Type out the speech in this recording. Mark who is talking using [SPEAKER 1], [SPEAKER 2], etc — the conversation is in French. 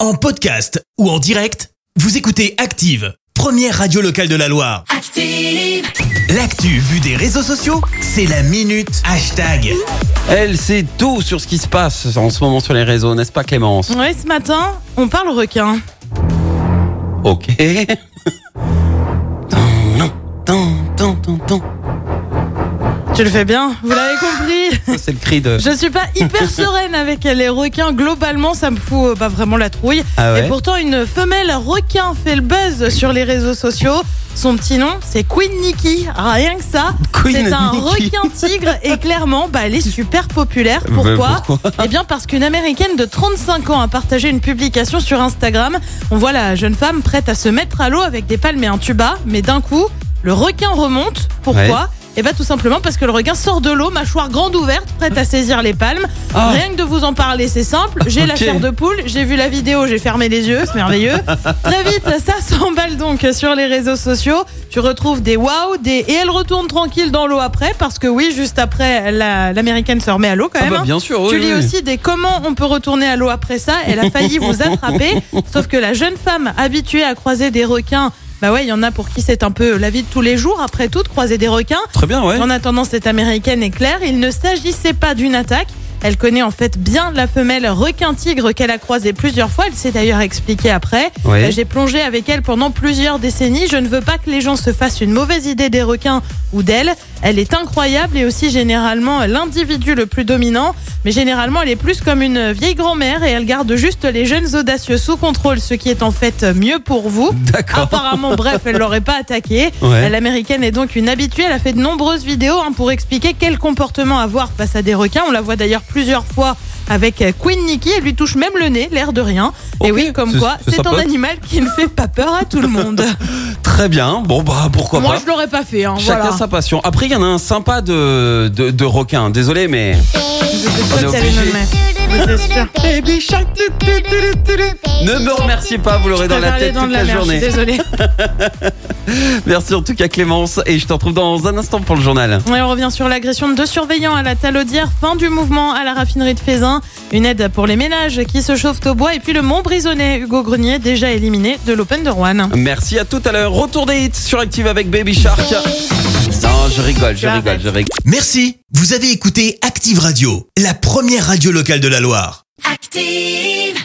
[SPEAKER 1] En podcast ou en direct, vous écoutez Active, première radio locale de la Loire.
[SPEAKER 2] Active.
[SPEAKER 1] L'actu vue des réseaux sociaux, c'est la minute hashtag.
[SPEAKER 3] Elle sait tout sur ce qui se passe en ce moment sur les réseaux, n'est-ce pas Clémence
[SPEAKER 4] Ouais, ce matin, on parle requin.
[SPEAKER 3] Ok. Tan, tan, tan, tan, tan.
[SPEAKER 4] Tu le fais bien, vous l'avez compris.
[SPEAKER 3] Ça, C'est le cri de...
[SPEAKER 4] Je suis pas hyper sereine avec les requins. Globalement, ça me fout euh, pas vraiment la trouille.
[SPEAKER 3] Ah ouais
[SPEAKER 4] Et pourtant, une femelle requin fait le buzz sur les réseaux sociaux. Son petit nom, c'est Queen Nikki. Rien que ça.
[SPEAKER 3] Queen
[SPEAKER 4] c'est un
[SPEAKER 3] Nikki.
[SPEAKER 4] requin tigre et clairement, bah, elle est super populaire.
[SPEAKER 3] Bah,
[SPEAKER 4] Pourquoi,
[SPEAKER 3] pourquoi
[SPEAKER 4] Eh bien, parce qu'une américaine de 35 ans a partagé une publication sur Instagram. On voit la jeune femme prête à se mettre à l'eau avec des palmes et un tuba, mais d'un coup, le requin remonte. Pourquoi
[SPEAKER 3] Ouais.
[SPEAKER 4] Eh bien, tout simplement parce que le requin sort de l'eau, mâchoire grande ouverte, prête à saisir les palmes.
[SPEAKER 3] Ah.
[SPEAKER 4] Rien que de vous en parler, c'est simple. J'ai la
[SPEAKER 3] Ok.
[SPEAKER 4] chair de poule, j'ai vu la vidéo, j'ai fermé les yeux, c'est merveilleux. Très vite, ça s'emballe donc sur les réseaux sociaux. Tu retrouves des waouh, des et elle retourne tranquille dans l'eau après, parce que oui, juste après, la- l'américaine se remet à l'eau quand
[SPEAKER 3] Ah
[SPEAKER 4] même.
[SPEAKER 3] bah,
[SPEAKER 4] hein.
[SPEAKER 3] bien sûr, oui,
[SPEAKER 4] Tu
[SPEAKER 3] oui.
[SPEAKER 4] lis aussi des comment on peut retourner à l'eau après ça. Elle a failli vous attraper. Sauf que la jeune femme habituée à croiser des requins, bah ouais, il y en a pour qui c'est un peu la vie de tous les jours, après tout, de croiser des requins.
[SPEAKER 3] Très bien, ouais.
[SPEAKER 4] En attendant, cette américaine est claire, il ne s'agissait pas d'une attaque. Elle connaît en fait bien la femelle requin-tigre qu'elle a croisée plusieurs fois. Elle s'est d'ailleurs expliquée après.
[SPEAKER 3] Oui.
[SPEAKER 4] Euh, J'ai plongé avec elle pendant plusieurs décennies. Je ne veux pas que les gens se fassent une mauvaise idée des requins ou d'elle. Elle est incroyable et aussi généralement l'individu le plus dominant. Mais généralement, elle est plus comme une vieille grand-mère et elle garde juste les jeunes audacieux sous contrôle, ce qui est en fait mieux pour vous.
[SPEAKER 3] D'accord.
[SPEAKER 4] Apparemment, bref, elle l'aurait pas attaqué. Euh,
[SPEAKER 3] Ouais.
[SPEAKER 4] L'américaine est donc une habituée. Elle a fait de nombreuses vidéos hein, pour expliquer quel comportement avoir face à des requins. On la voit d'ailleurs plusieurs fois avec euh, Queen Nikki. Elle lui touche même le nez, l'air de rien. Et
[SPEAKER 3] Ok,
[SPEAKER 4] oui, comme
[SPEAKER 3] c'est-
[SPEAKER 4] quoi,
[SPEAKER 3] c'est
[SPEAKER 4] c'est un
[SPEAKER 3] sympa.
[SPEAKER 4] animal qui ne fait pas peur à tout le monde.
[SPEAKER 3] Très bien, bon bah pourquoi
[SPEAKER 4] Ah. Moi,
[SPEAKER 3] pas.
[SPEAKER 4] je l'aurais pas fait. Hein,
[SPEAKER 3] Chacun
[SPEAKER 4] voilà.
[SPEAKER 3] sa passion. Après, il y en a un sympa de, de, de requin, désolé mais...
[SPEAKER 4] J'étais sûre
[SPEAKER 3] On est
[SPEAKER 4] que t'allais me
[SPEAKER 3] obligé.
[SPEAKER 4] le mettre. J'étais sûre.
[SPEAKER 3] Baby shark, tu, tu, tu, tu, tu. Ne me remerciez pas, vous l'aurez dans la
[SPEAKER 4] Préfère les
[SPEAKER 3] tête
[SPEAKER 4] dents
[SPEAKER 3] toute
[SPEAKER 4] de
[SPEAKER 3] la
[SPEAKER 4] mer, je suis
[SPEAKER 3] journée.
[SPEAKER 4] Désolée.
[SPEAKER 3] Merci en tout cas Clémence et je te retrouve dans un instant pour le journal.
[SPEAKER 4] Et on revient sur l'agression de deux surveillants à la Talaudière, fin du mouvement à la raffinerie de Faisin, une aide pour les ménages qui se chauffent au bois et puis le Mont Brisonnet, Hugo Grenier, déjà éliminé de l'Open de Rouen.
[SPEAKER 3] Merci à tout à l'heure. Retour des hits sur Active avec Baby Shark. Non, je rigole, je rigole, je rigole.
[SPEAKER 1] Merci, vous avez écouté Active Radio, la première radio locale de la Loire.
[SPEAKER 2] Active.